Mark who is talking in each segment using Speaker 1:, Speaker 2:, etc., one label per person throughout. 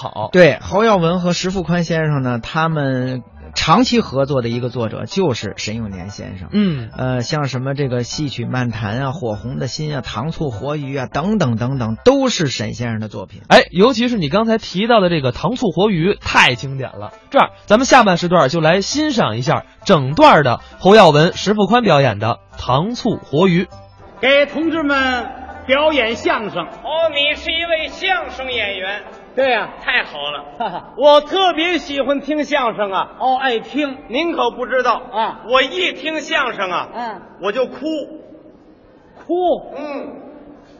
Speaker 1: 好，
Speaker 2: 对，侯耀文和石富宽先生呢，他们长期合作的一个作者就是沈永年先生。
Speaker 1: 嗯，
Speaker 2: 呃，像什么这个戏曲漫谈啊、火红的心啊、糖醋活鱼啊等等等等，都是沈先生的作品。
Speaker 1: 哎，尤其是你刚才提到的这个糖醋活鱼，太经典了。这样，咱们下半时段就来欣赏一下整段的侯耀文、石富宽表演的糖醋活鱼。
Speaker 3: 给同志们表演相声。
Speaker 4: 哦，你是一位相声演员，
Speaker 3: 对呀、
Speaker 4: 太好了！
Speaker 3: 哈哈。
Speaker 4: 我特别喜欢听相声啊，
Speaker 3: 哦，爱听。
Speaker 4: 您可不知道
Speaker 3: 啊
Speaker 4: 我一听相声啊，
Speaker 3: 嗯，
Speaker 4: 我就哭。
Speaker 3: 哭。
Speaker 4: 嗯，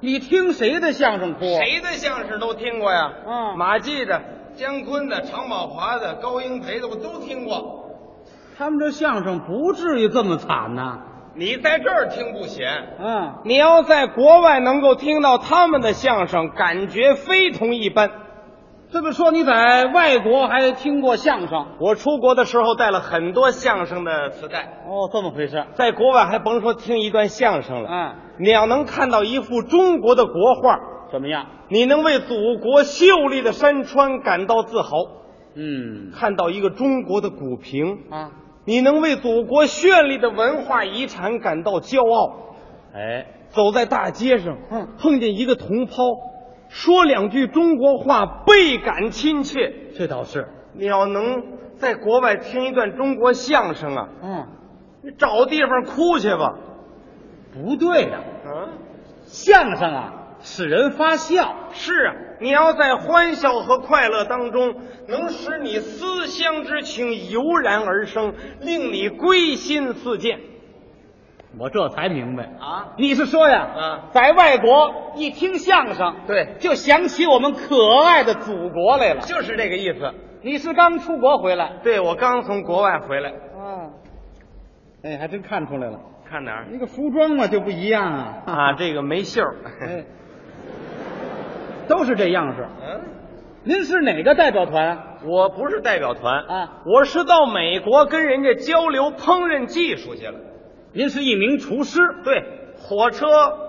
Speaker 3: 你听谁的相声哭？？
Speaker 4: 谁的相声都听过呀？
Speaker 3: 嗯
Speaker 4: 马季的、姜昆的、常宝华的、高英培的，我都听过。
Speaker 3: 他们这相声不至于这么惨呐。
Speaker 4: 你在这儿听不显，
Speaker 3: 嗯，
Speaker 4: 你要在国外能够听到他们的相声，感觉非同一般。
Speaker 3: 这么说你在外国还听过相声？
Speaker 4: 我出国的时候带了很多相声的磁带。
Speaker 3: 哦，这么回事。
Speaker 4: 在国外还甭说听一段相声了，
Speaker 3: 嗯，
Speaker 4: 你要能看到一幅中国的国画，
Speaker 3: 怎么样？
Speaker 4: 你能为祖国秀丽的山川感到自豪；
Speaker 3: 嗯
Speaker 4: 看到一个中国的古瓶，
Speaker 3: 啊，
Speaker 4: 你能为祖国绚丽的文化遗产感到骄傲。
Speaker 3: 哎，
Speaker 4: 走在大街上，
Speaker 3: 嗯
Speaker 4: 碰见一个同胞，说两句中国话，倍感亲切。
Speaker 3: 这倒是。
Speaker 4: 你要能在国外听一段中国相声啊，
Speaker 3: 嗯，
Speaker 4: 你找地方哭去吧。
Speaker 3: 不对呀、
Speaker 4: 嗯。
Speaker 3: 相声啊，使人发笑。
Speaker 4: 是啊，你要在欢笑和快乐当中，能使你思乡之情油然而生，令你归心似箭
Speaker 3: 我这才明白。
Speaker 4: 啊！
Speaker 3: 你是说呀，
Speaker 4: 啊
Speaker 3: 在外国一听相声，
Speaker 4: 对
Speaker 3: 就想起我们可爱的祖国来了。
Speaker 4: 就是这个意思。
Speaker 3: 你是刚出国回来？
Speaker 4: 对，我刚从国外回来，
Speaker 3: 啊，哎，还真看出来了，
Speaker 4: 看哪儿
Speaker 3: 那个服装嘛就不一样啊。
Speaker 4: 啊？这个没袖儿。
Speaker 3: 哎，都是这样式。
Speaker 4: 嗯，
Speaker 3: 您是哪个代表团啊？
Speaker 4: 我不是代表团
Speaker 3: 啊，
Speaker 4: 我是到美国跟人家交流烹饪技术去了。
Speaker 3: 您是一名厨师。
Speaker 4: 对，火车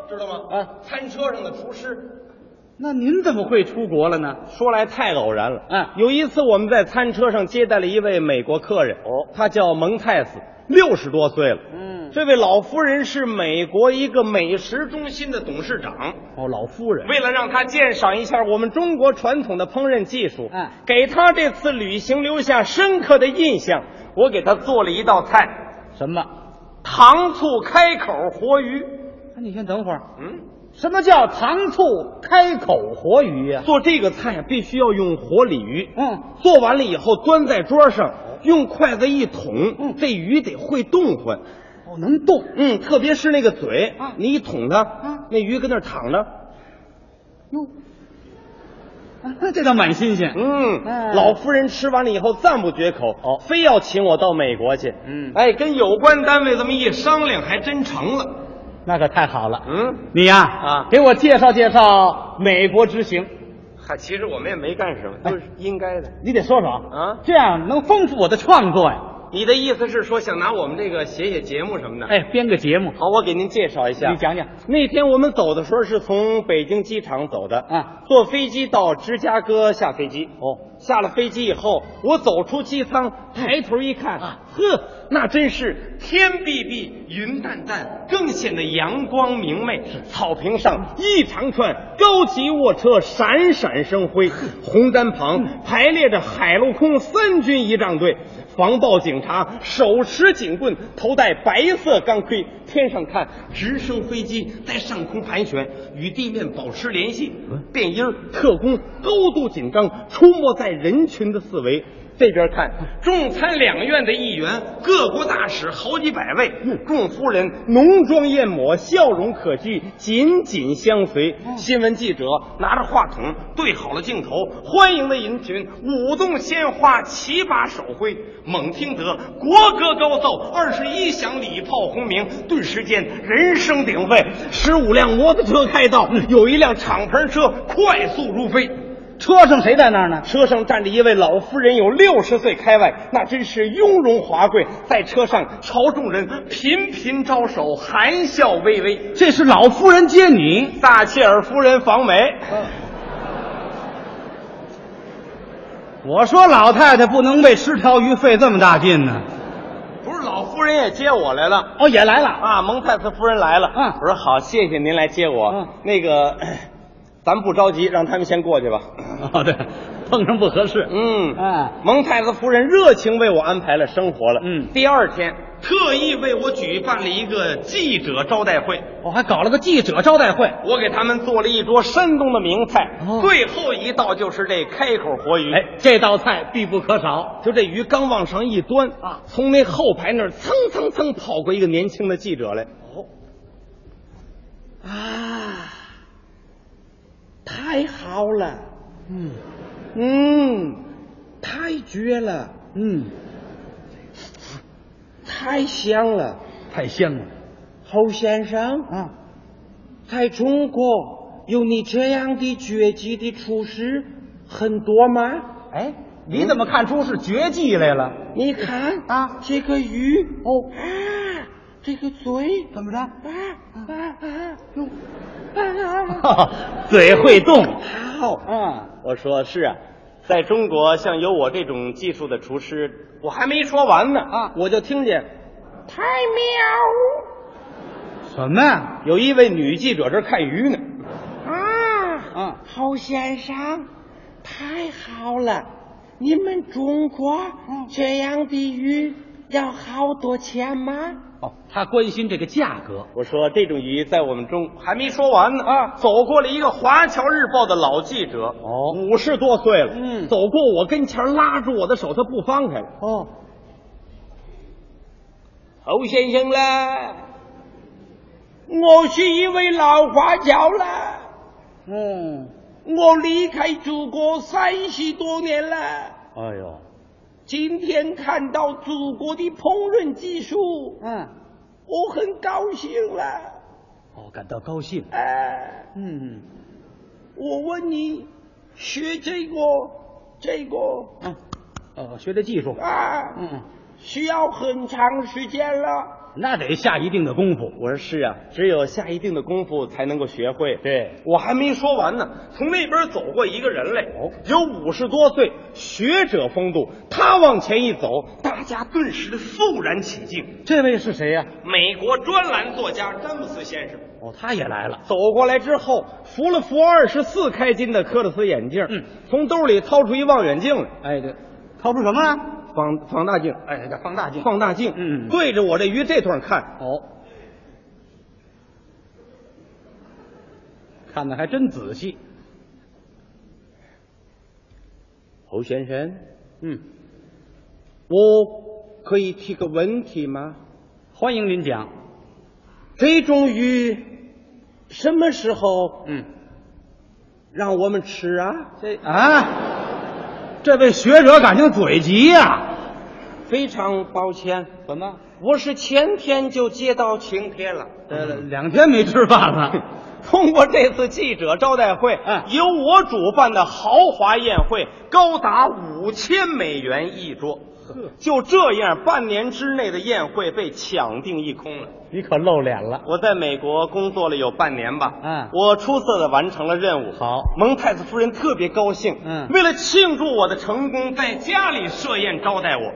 Speaker 4: 知道吗？
Speaker 3: 啊，
Speaker 4: 餐车上的厨师。
Speaker 3: 那您怎么会出国了呢？
Speaker 4: 说来太偶然了。
Speaker 3: 嗯
Speaker 4: 有一次我们在餐车上接待了一位美国客人，哦，他叫蒙泰斯，六十多岁了。
Speaker 3: 嗯，
Speaker 4: 这位老夫人是美国一个美食中心的董事长。
Speaker 3: 哦，老夫人。
Speaker 4: 为了让他鉴赏一下我们中国传统的烹饪技术，
Speaker 3: 嗯
Speaker 4: 给他这次旅行留下深刻的印象，我给他做了一道菜
Speaker 3: 什么？
Speaker 4: ——糖醋开口活鱼。
Speaker 3: 那你先等会儿。
Speaker 4: 嗯，
Speaker 3: 什么叫糖醋开口活鱼呀、
Speaker 4: 做这个菜必须要用活鲤鱼。
Speaker 3: 嗯，
Speaker 4: 做完了以后端在桌上，用筷子一捅，
Speaker 3: 嗯
Speaker 4: 这鱼得会动换。
Speaker 3: 哦，能动。
Speaker 4: 嗯，特别是那个嘴，
Speaker 3: 啊
Speaker 4: 你一捅它，
Speaker 3: 啊
Speaker 4: 那鱼跟那儿躺着。
Speaker 3: 哟，啊这倒蛮新鲜。
Speaker 4: 嗯，
Speaker 3: 哎
Speaker 4: 老夫人吃完了以后赞不绝口，
Speaker 3: 哦
Speaker 4: 非要请我到美国去。
Speaker 3: 嗯
Speaker 4: 哎，跟有关单位这么一商量，还真成了。
Speaker 3: 那可太好了。
Speaker 4: 嗯，
Speaker 3: 你呀、
Speaker 4: 啊
Speaker 3: 给我介绍介绍美国之行，
Speaker 4: 嗨，其实我们也没干什么，
Speaker 3: 哎
Speaker 4: 就是应该的。
Speaker 3: 你得说说
Speaker 4: 啊
Speaker 3: 这样能丰富我的创作呀。
Speaker 4: 你的意思是说想拿我们这个写写节目什么的？，
Speaker 3: 哎，编个节目，
Speaker 4: 好，我给您介绍一下。
Speaker 3: 你讲讲。
Speaker 4: 那天我们走的时候是从北京机场走的，
Speaker 3: 啊，
Speaker 4: 坐飞机到芝加哥下飞机。
Speaker 3: 哦，
Speaker 4: 下了飞机以后，我走出机舱，抬头一看，
Speaker 3: 啊
Speaker 4: 呵，那真是天碧碧，云淡淡，更显得阳光明媚。草坪上一长串高级卧车闪闪生辉，红
Speaker 3: 嗯
Speaker 4: 毡旁排列着海陆空三军仪仗队。防暴警察手持警棍，头戴白色钢盔。天上看，直升飞机在上空盘旋，与地面保持联系。便衣儿特工高度紧张，出没在人群的四围。这边看，众参两院的议员、各国大使好几百位，众夫人浓妆艳抹，笑容可掬，紧紧相随。新闻记者拿着话筒对好了镜头，欢迎的人群舞动鲜花，齐把手挥。猛听得国歌高奏，二十一响，礼炮轰鸣，顿时间人声鼎沸。十五辆摩托车开道，有一辆敞篷车快速如飞。
Speaker 3: 车上谁在那儿呢？
Speaker 4: 车上站着一位老夫人，有六十岁开外，那真是雍容华贵。在车上朝众人频频招手，含笑微微。
Speaker 3: 这是老夫人接你。
Speaker 4: 撒切尔夫人访美，
Speaker 3: 我说老太太不能为十条鱼费这么大劲呢。
Speaker 4: 不是老夫人也接我来了
Speaker 3: 哦，也来了啊！
Speaker 4: 啊，蒙太斯夫人来了。
Speaker 3: 嗯
Speaker 4: 我说好，谢谢您来接我。
Speaker 3: 嗯
Speaker 4: 那个， 咱不着急，让他们先过 去吧。
Speaker 3: 哦，对，碰上不合适。
Speaker 4: 嗯，
Speaker 3: 哎
Speaker 4: 蒙太子夫人热情为我安排了生活了。
Speaker 3: 嗯
Speaker 4: 第二天特意为我举办了一个记者招待会，
Speaker 3: 我、还搞了个记者招待会。
Speaker 4: 我给他们做了一桌山东的名菜，
Speaker 3: 哦
Speaker 4: 最后一道就是这开口活鱼。
Speaker 3: 哎，这道菜必不可少。
Speaker 4: 就这鱼刚往上一端啊，从那后排那儿蹭蹭蹭跑过一个年轻的记者来。哦，啊，太好了，嗯嗯，太绝了，
Speaker 3: 嗯，
Speaker 4: 太香了，
Speaker 3: 太香了。
Speaker 4: 侯先生，
Speaker 3: 啊，
Speaker 4: 在中国有你这样的绝技的厨师很多吗？
Speaker 3: 哎，你怎么看出是绝技来了？
Speaker 4: 你看
Speaker 3: 啊
Speaker 4: 这个鱼
Speaker 3: 哦，
Speaker 4: 啊，这个嘴
Speaker 3: 怎么着？
Speaker 4: 啊啊啊！哟啊啊！
Speaker 3: 嘴会动。
Speaker 4: 好
Speaker 3: 啊，
Speaker 4: 我说是啊，在中国像有我这种技术的厨师，我还没说完呢
Speaker 3: 啊
Speaker 4: 我就听见太妙
Speaker 3: 什么呀？
Speaker 4: 有一位女记者这儿看鱼呢。啊，
Speaker 3: 啊，
Speaker 4: 侯先生，太好了！你们中国这样的鱼要好多钱吗？
Speaker 3: 哦，他关心这个价格。
Speaker 4: 我说这种鱼在我们中还没说完呢啊！走过了一个《华侨日报》的老记者，
Speaker 3: 哦
Speaker 4: 五十多岁了，
Speaker 3: 嗯
Speaker 4: 走过我跟前，拉住我的手，他不放开了。
Speaker 3: 哦，
Speaker 4: 侯先生啦，我是一位老华侨啦，
Speaker 3: 嗯，
Speaker 4: 我离开祖国三十多年了。
Speaker 3: 哎呦，
Speaker 4: 今天看到祖国的烹饪技术，
Speaker 3: 嗯，
Speaker 4: 我很高兴了。
Speaker 3: 哦，感到高兴。
Speaker 4: 哎、
Speaker 3: 嗯，
Speaker 4: 我问你，学这个这个
Speaker 3: 啊，哦，学这技术。
Speaker 4: 啊，
Speaker 3: 嗯，
Speaker 4: 需要很长时间了。
Speaker 3: 那得下一定的功夫。
Speaker 4: 我说是啊，只有下一定的功夫才能够学会。
Speaker 3: 对，
Speaker 4: 我还没说完呢，从那边走过一个人来，
Speaker 3: 哦
Speaker 4: 有五十多岁，学者风度。他往前一走，大家顿时肃然起敬。
Speaker 3: 这位是谁呀、
Speaker 4: 美国专栏作家詹姆斯先生
Speaker 3: 哦，他也来了。
Speaker 4: 走过来之后，扶了扶二十四开襟的科勒斯眼镜，
Speaker 3: 嗯，
Speaker 4: 从兜里掏出一望远镜来，
Speaker 3: 哎，对，掏出什么来？
Speaker 4: 放放大镜，
Speaker 3: 哎，这放大镜。
Speaker 4: 放大镜，
Speaker 3: 嗯
Speaker 4: 对着我这鱼这段看，
Speaker 3: 哦，看的还真仔细。
Speaker 4: 侯先生，
Speaker 3: 嗯，
Speaker 4: 我哦可以提个问题吗？
Speaker 3: 欢迎您讲。
Speaker 4: 这种鱼什么时候
Speaker 3: 嗯，
Speaker 4: 让我们吃啊？
Speaker 3: 这啊，这位学者感情嘴急呀、
Speaker 4: 非常抱歉，
Speaker 3: 怎么？
Speaker 4: 我是前天就接到请帖了。
Speaker 3: 呃，两天没吃饭了。
Speaker 4: 通过这次记者招待会，
Speaker 3: 嗯
Speaker 4: 由我主办的豪华宴会高达五千美元一桌。就这样，半年之内的宴会被抢订一空了。
Speaker 3: 你可露脸了。
Speaker 4: 我在美国工作了有半年吧，
Speaker 3: 嗯
Speaker 4: 我出色的完成了任务。
Speaker 3: 好
Speaker 4: 蒙太子夫人特别高兴，
Speaker 3: 嗯
Speaker 4: 为了庆祝我的成功，在家里设宴招待我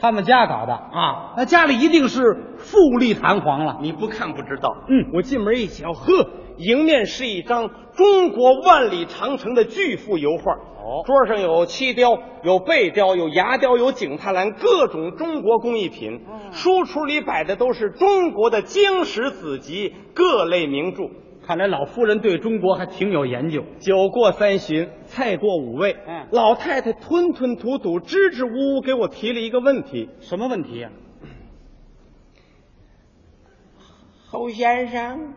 Speaker 3: 他们家搞的，
Speaker 4: 啊！
Speaker 3: 那家里一定是富丽堂皇了。
Speaker 4: 你不看不知道，
Speaker 3: 嗯
Speaker 4: 我进门一瞧，呵，迎面是一张中国万里长城的巨幅油画。
Speaker 3: 哦
Speaker 4: 桌上有漆雕，有贝雕，有牙雕，有景泰蓝，各种中国工艺品。
Speaker 3: 嗯
Speaker 4: 书橱里摆的都是中国的经史子集、各类名著。
Speaker 3: 看来老夫人对中国还挺有研究。
Speaker 4: 酒过三巡，菜过五味。
Speaker 3: 嗯
Speaker 4: 老太太吞吞吐吐、支支吾吾给我提了一个问题：
Speaker 3: 什么问题呀、
Speaker 4: 侯先生，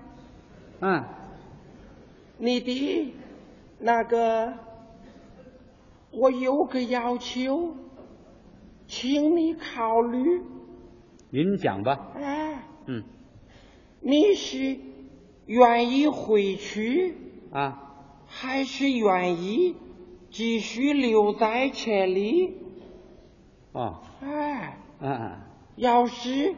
Speaker 3: 嗯，
Speaker 4: 你的那个，我有个要求，请你考虑。
Speaker 3: 您讲吧。
Speaker 4: 啊，
Speaker 3: 嗯
Speaker 4: 你是愿意回去，
Speaker 3: 啊，
Speaker 4: 还是愿意继续留在这里？
Speaker 3: 哦，
Speaker 4: 哎、
Speaker 3: 嗯嗯
Speaker 4: 要是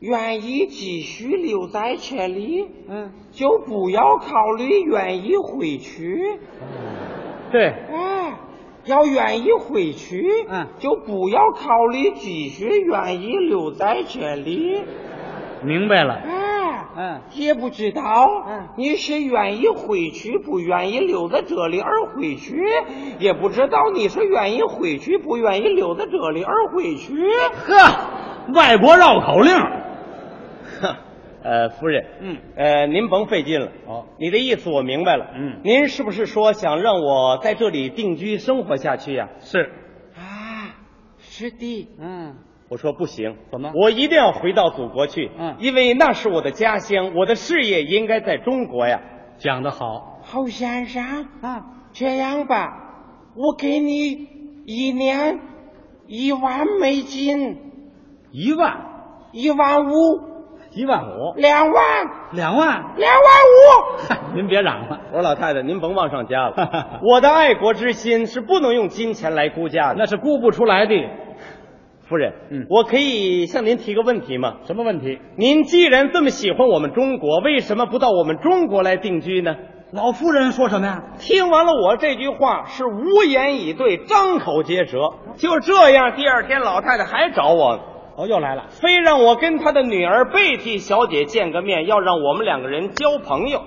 Speaker 4: 愿意继续留在这里，
Speaker 3: 嗯，
Speaker 4: 就不要考虑愿意回去。
Speaker 3: 对，
Speaker 4: 哎，
Speaker 5: 嗯要愿意回去，
Speaker 3: 嗯
Speaker 5: 就不要考虑继续，愿意留在这里。
Speaker 3: 明白了，
Speaker 5: 哎，
Speaker 3: 嗯，
Speaker 5: 也不知道，
Speaker 3: 嗯
Speaker 5: 你是愿意回去，不愿意留在这里而回去，也不知道你是愿意回去，不愿意留在这里而回去。
Speaker 3: 呵，外国绕口 令，
Speaker 4: 呃，夫人，
Speaker 3: 嗯，
Speaker 4: 呃，您甭费劲了。
Speaker 3: 哦
Speaker 4: 你的意思我明白了。
Speaker 3: 嗯
Speaker 4: 您是不是说想让我在这里定居生活下去呀、
Speaker 3: 是，
Speaker 5: 啊，师弟，
Speaker 3: 嗯，
Speaker 4: 我说不行，
Speaker 3: 怎么
Speaker 4: 我一定要回到祖国去，
Speaker 3: 嗯
Speaker 4: 因为那是我的家乡，我的事业应该在中国呀。
Speaker 3: 讲得好，
Speaker 5: 侯先生，
Speaker 3: 啊，
Speaker 5: 这样吧，我给你一年一万美金，
Speaker 3: 一万，
Speaker 5: 一万五，
Speaker 3: 一万五，
Speaker 5: 两万，
Speaker 3: 两万，
Speaker 5: 两万 五。
Speaker 3: 嗨，您别嚷了，
Speaker 4: 我说老太太，您甭往上加了， 我的爱国之心是不能用金钱来估价的。
Speaker 3: 那是估不出来的，
Speaker 4: 夫人，
Speaker 3: 嗯
Speaker 4: 我可以向您提个问题吗？
Speaker 3: 什么问题？
Speaker 4: 您既然这么喜欢我们中国，为什么不到我们中国来定居呢？
Speaker 3: 老夫人说什么呀？
Speaker 4: 听完了我这句话，是无言以对，张口结舌。就这样，第二天老太太还找我，
Speaker 3: 哦，又来了，
Speaker 4: 非让我跟她的女儿贝蒂小姐见个面，要让我们两个人交朋友。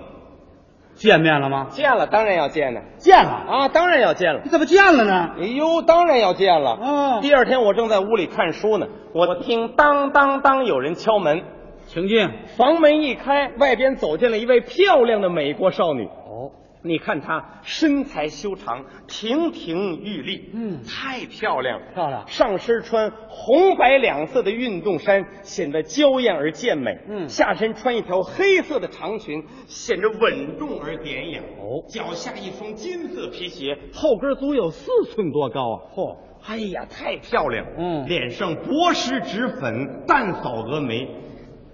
Speaker 3: 见面了吗？
Speaker 4: 见了，当然要见了
Speaker 3: 见了，
Speaker 4: 啊，当然要见了。啊
Speaker 3: 你怎么见了呢？
Speaker 4: 哎呦，当然要见了。
Speaker 3: 哦
Speaker 4: 第二天我正在屋里看书呢，我听当当当有人敲门，
Speaker 3: 请进，
Speaker 4: 房门一开，外边走进了一位漂亮的美国少女。
Speaker 3: 哦，
Speaker 4: 你看她身材修长，亭亭玉立，
Speaker 3: 嗯
Speaker 4: 太漂亮了。
Speaker 3: 漂亮
Speaker 4: 上身穿红白两色的运动衫，显得娇艳而健美。
Speaker 3: 嗯
Speaker 4: 下身穿一条黑色的长裙，显得稳重而典雅。
Speaker 3: 哦
Speaker 4: 脚下一双金色皮鞋，后跟足有四寸多高啊！嚯、哎呀，太漂亮了！
Speaker 3: 嗯
Speaker 4: 脸上薄施脂粉，淡扫蛾眉。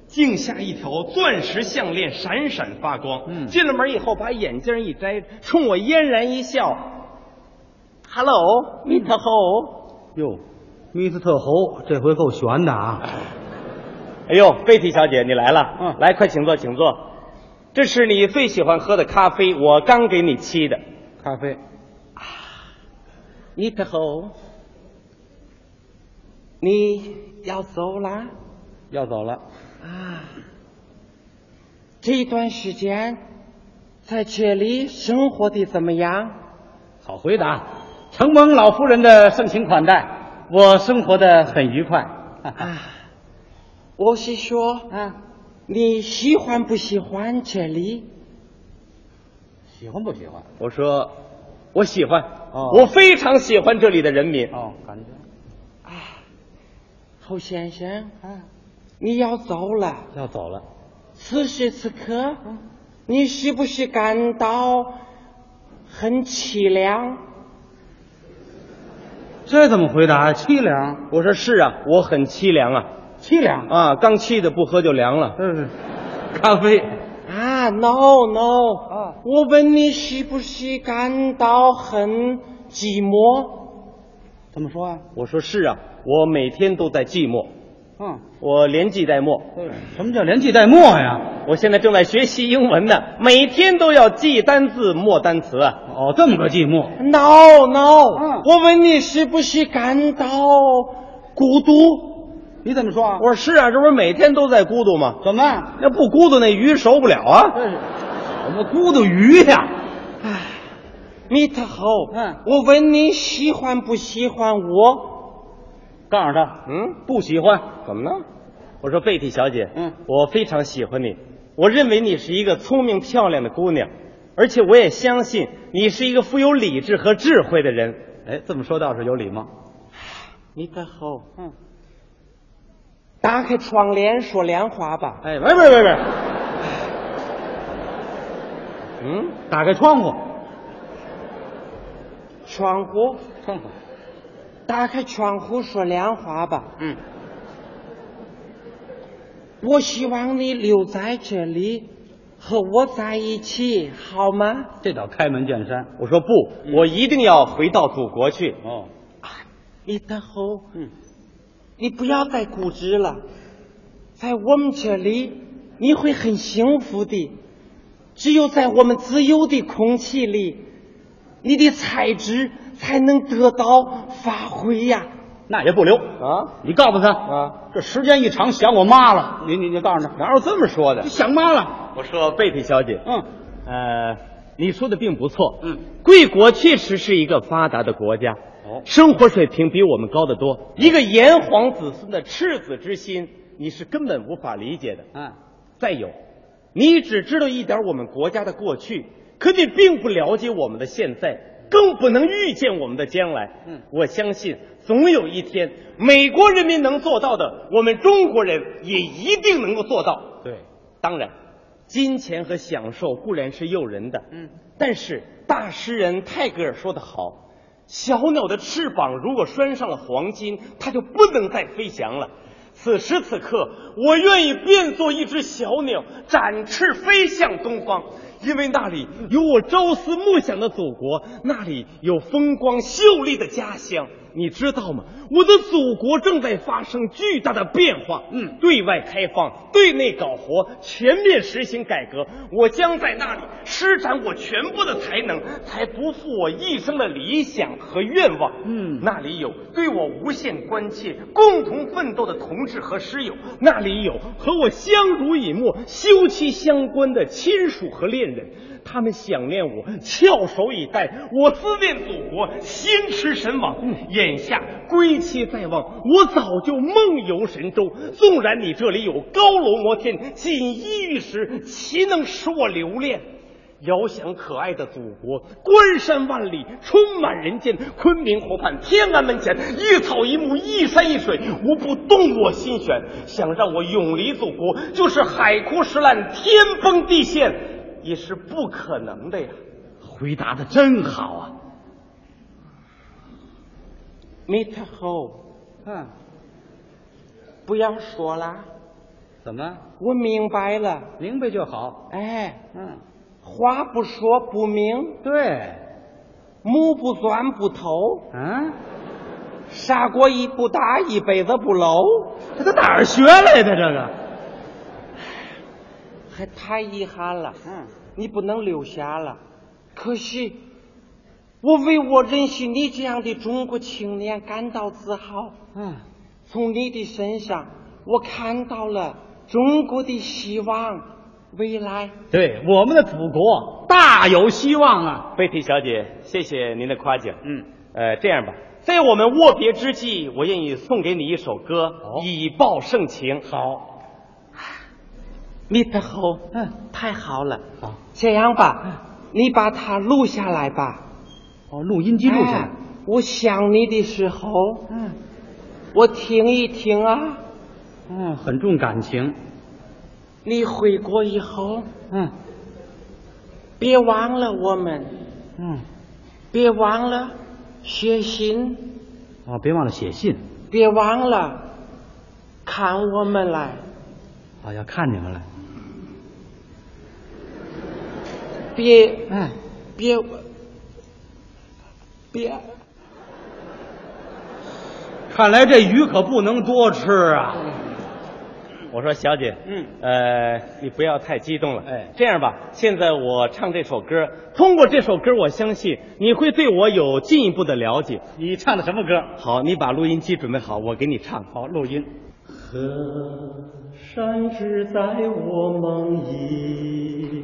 Speaker 4: 颈下一条钻石项链闪闪发光。
Speaker 3: 嗯
Speaker 4: 进了门以后，把眼镜一摘，冲我嫣然一笑。Hello, 嗯 m i t Ho。
Speaker 3: 哟，米斯特侯这回够悬的啊！
Speaker 4: 哎呦，贝蒂小姐，你来了，
Speaker 3: 嗯
Speaker 4: 来，快请坐，请坐。这是你最喜欢喝的咖啡，我刚给你沏的。
Speaker 3: 咖啡，
Speaker 4: 你头，你
Speaker 5: 要走了。
Speaker 3: 要走了，
Speaker 5: 啊，这段时间在这里生活的怎么样？
Speaker 3: 好回答。承蒙老夫人的盛情款待，我生活的很愉快。
Speaker 5: 我是说，
Speaker 3: 啊，
Speaker 5: 你喜欢不喜欢这里？
Speaker 3: 喜欢不喜欢？
Speaker 4: 我说，我喜欢，
Speaker 3: 哦
Speaker 4: 我非常喜欢这里的人民。
Speaker 3: 哦，感觉
Speaker 5: 侯先生，你要走了，
Speaker 3: 要走了。
Speaker 5: 此时此刻，你是不是感到很凄凉？
Speaker 3: 这怎么回答？凄凉，
Speaker 4: 我说是啊，我很凄凉啊
Speaker 3: 凄凉。
Speaker 4: 啊，刚沏的不喝就凉了。
Speaker 3: 嗯，咖啡。
Speaker 5: 啊，no no，、我问你是不是感到很寂寞？
Speaker 3: 怎么说啊？
Speaker 4: 我说是啊，我每天都在寂寞，
Speaker 3: 嗯，
Speaker 4: 我连记带默。
Speaker 3: 什么叫连记带墨呀？
Speaker 4: 我现在正在学习英文呢，每天都要记单字、默单词啊。
Speaker 3: 哦，这么个寂寞。
Speaker 5: No no，、
Speaker 3: 嗯
Speaker 5: 我问你是不是感到孤独？
Speaker 3: 你怎么说啊？
Speaker 4: 我说是啊，这不是每天都在孤独吗？
Speaker 3: 怎么？
Speaker 4: 那不孤独，那鱼熟不了啊。
Speaker 3: 这是我们孤独鱼呀？
Speaker 5: 米特侯，
Speaker 3: 嗯
Speaker 5: 我问你喜欢不喜欢我？
Speaker 3: 告诉他，
Speaker 4: 嗯，
Speaker 3: 不喜欢。
Speaker 4: 怎么呢？我说贝蒂小姐，
Speaker 3: 嗯
Speaker 4: 我非常喜欢你，我认为你是一个聪明漂亮的姑娘，而且我也相信你是一个富有理智和智慧的人。
Speaker 3: 哎，这么说倒是有礼貌。
Speaker 5: 米特侯，
Speaker 3: 嗯，
Speaker 5: 打开窗帘说亮话吧。
Speaker 4: 哎，喂喂喂喂，嗯，
Speaker 3: 打开窗户，
Speaker 5: 窗户，
Speaker 3: 窗户。
Speaker 5: 打开窗户说亮话吧。
Speaker 3: 嗯，
Speaker 5: 我希望你留在这里，和我在一起，好吗？
Speaker 3: 这叫开门见山。
Speaker 4: 我说不，我一定要回到祖国去。
Speaker 3: 哦，
Speaker 5: 米特侯，
Speaker 3: 嗯，
Speaker 5: 你不要再固执了，在我们这里你会很幸福的。只有在我们自由的空气里，你的才智才能得到发挥呀、
Speaker 3: 那也不留。
Speaker 5: 啊！
Speaker 3: 你告诉他
Speaker 5: 啊，
Speaker 3: 这时间一长想我妈了。你你你告诉他，
Speaker 5: 哪有这么说的
Speaker 3: 就？想妈了。
Speaker 4: 我说贝贝哦小姐，
Speaker 3: 嗯，
Speaker 4: 呃，你说的并不错。
Speaker 3: 嗯，
Speaker 4: 贵国确实是一个发达的国家，
Speaker 3: 哦
Speaker 4: 生活水平比我们高得多。一个炎黄子孙的赤子之心，你是根本无法理解的。
Speaker 3: 嗯，
Speaker 4: 再有，你只知道一点我们国家的过去，可你并不了解我们的现在，更不能预见我们的将来。
Speaker 3: 嗯，
Speaker 4: 我相信总有一天，美国人民能做到的，我们中国人也一定能够做到。
Speaker 3: 对，
Speaker 4: 当然，金钱和享受固然是诱人的，
Speaker 3: 嗯，
Speaker 4: 但是大诗人泰戈尔说得好。小鸟的翅膀如果拴上了黄金，它就不能再飞翔了。此时此刻，我愿意变作一只小鸟，展翅飞向东方，因为那里有我朝思暮想的祖国，那里有风光秀丽的家乡。你知道吗？我的祖国正在发生巨大的变化。
Speaker 3: 嗯
Speaker 4: 对外开放，对内搞活，全面实行改革。我将在那里施展我全部的才能，才不负我一生的理想和愿望。
Speaker 3: 嗯
Speaker 4: 那里有对我无限关切、共同奋斗的同志和师友，那里有和我相濡以沫、休戚相关的亲属和恋人。他们想念我，翘首以待；我思念祖国，心驰神往。眼下归期在望，我早就梦游神州。纵然你这里有高楼摩天、锦衣玉食，岂能使我留恋？遥想可爱的祖国，关山万里，充满人间。昆明河畔，天安门前，一草一木，一山一水，无不动我心弦。想让我永离祖国，就是海枯石烂，天崩地陷，也是不可能的呀。
Speaker 3: 回答的真好啊。
Speaker 5: ，Mr. Ho，
Speaker 3: 嗯，
Speaker 5: 不要说了，
Speaker 3: 怎么
Speaker 5: 我明白了。
Speaker 3: 明白就好？
Speaker 5: 哎，
Speaker 3: 嗯，
Speaker 5: 话不说不明，
Speaker 3: 对，
Speaker 5: 目不转不透，
Speaker 3: 嗯，
Speaker 5: 砂锅一不打，一辈子不漏。
Speaker 3: 这都哪儿学来的这个？
Speaker 5: 还太遗憾了，
Speaker 3: 嗯，
Speaker 5: 你不能留下了。可惜，我为我认识你这样的中国青年感到自豪。
Speaker 3: 嗯，
Speaker 5: 从你的身上，我看到了中国的希望，未来。
Speaker 3: 对，我们的祖国大有希望啊。
Speaker 4: 贝蒂小姐，谢谢您的夸奖。
Speaker 3: 嗯，
Speaker 4: 呃，这样吧，在我们握别之际，我愿意送给你一首歌，
Speaker 3: 哦
Speaker 4: 以报盛情。
Speaker 3: 好，
Speaker 5: 米特侯，
Speaker 3: 嗯，哦
Speaker 5: 太好了。
Speaker 3: 好，
Speaker 5: 这样吧，你把它录下来吧。
Speaker 3: 哦，录音机录下来
Speaker 5: 哎。我想你的时候，
Speaker 3: 嗯
Speaker 5: 我听一听啊。
Speaker 3: 嗯，很重感情。
Speaker 5: 你回国以后，
Speaker 3: 嗯
Speaker 5: 别忘了我们。
Speaker 3: 嗯，
Speaker 5: 别忘了写信，
Speaker 3: 哦，别忘了写信
Speaker 5: 别忘了看我们来。
Speaker 3: 啊、要看你们了。
Speaker 5: 别
Speaker 3: 哎，
Speaker 5: 别别，
Speaker 3: 看来这鱼可不能多吃啊。
Speaker 4: 我说小姐，
Speaker 3: 嗯，
Speaker 4: 呃，你不要太激动了。
Speaker 3: 哎
Speaker 4: 这样吧，现在我唱这首歌，通过这首歌，我相信你会对我有进一步的了解。
Speaker 3: 你唱的什么歌？
Speaker 4: 好，你把录音机准备好，我给你唱。
Speaker 3: 好，录音。
Speaker 4: 河山只在我梦里，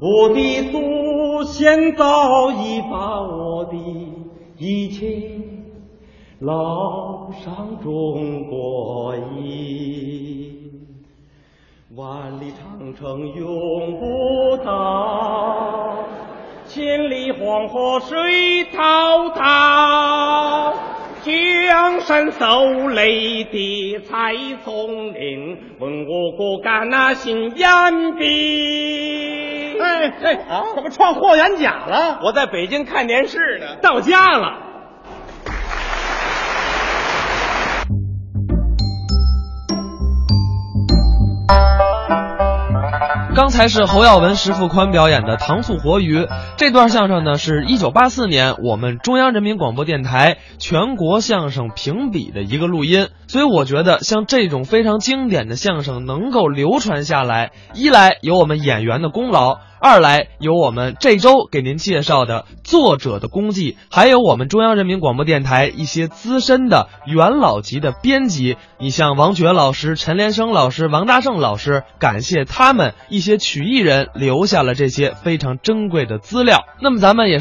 Speaker 4: 我的祖先早已把我的一切烙上中国印。万里长城永不倒，千里黄河水滔滔。江山受累的才聪明，问我国家那心眼的。
Speaker 3: 哎哎，怎么唱霍元甲了？
Speaker 4: 我在北京看电视呢，到家了。
Speaker 1: 刚才是侯耀文、石富宽表演的《糖醋活鱼》这段相声呢，是一九八四年我们中央人民广播电台全国相声评比的一个录音。所以我觉得，像这种非常经典的相声能够流传下来，一来有我们演员的功劳，二来有我们这周给您介绍的作者的功绩，还有我们中央人民广播电台一些资深的元老级的编辑，你像王珏老师、陈连生老师、王大胜老师，感谢他们一些曲艺人留下了这些非常珍贵的资料。那么咱们也。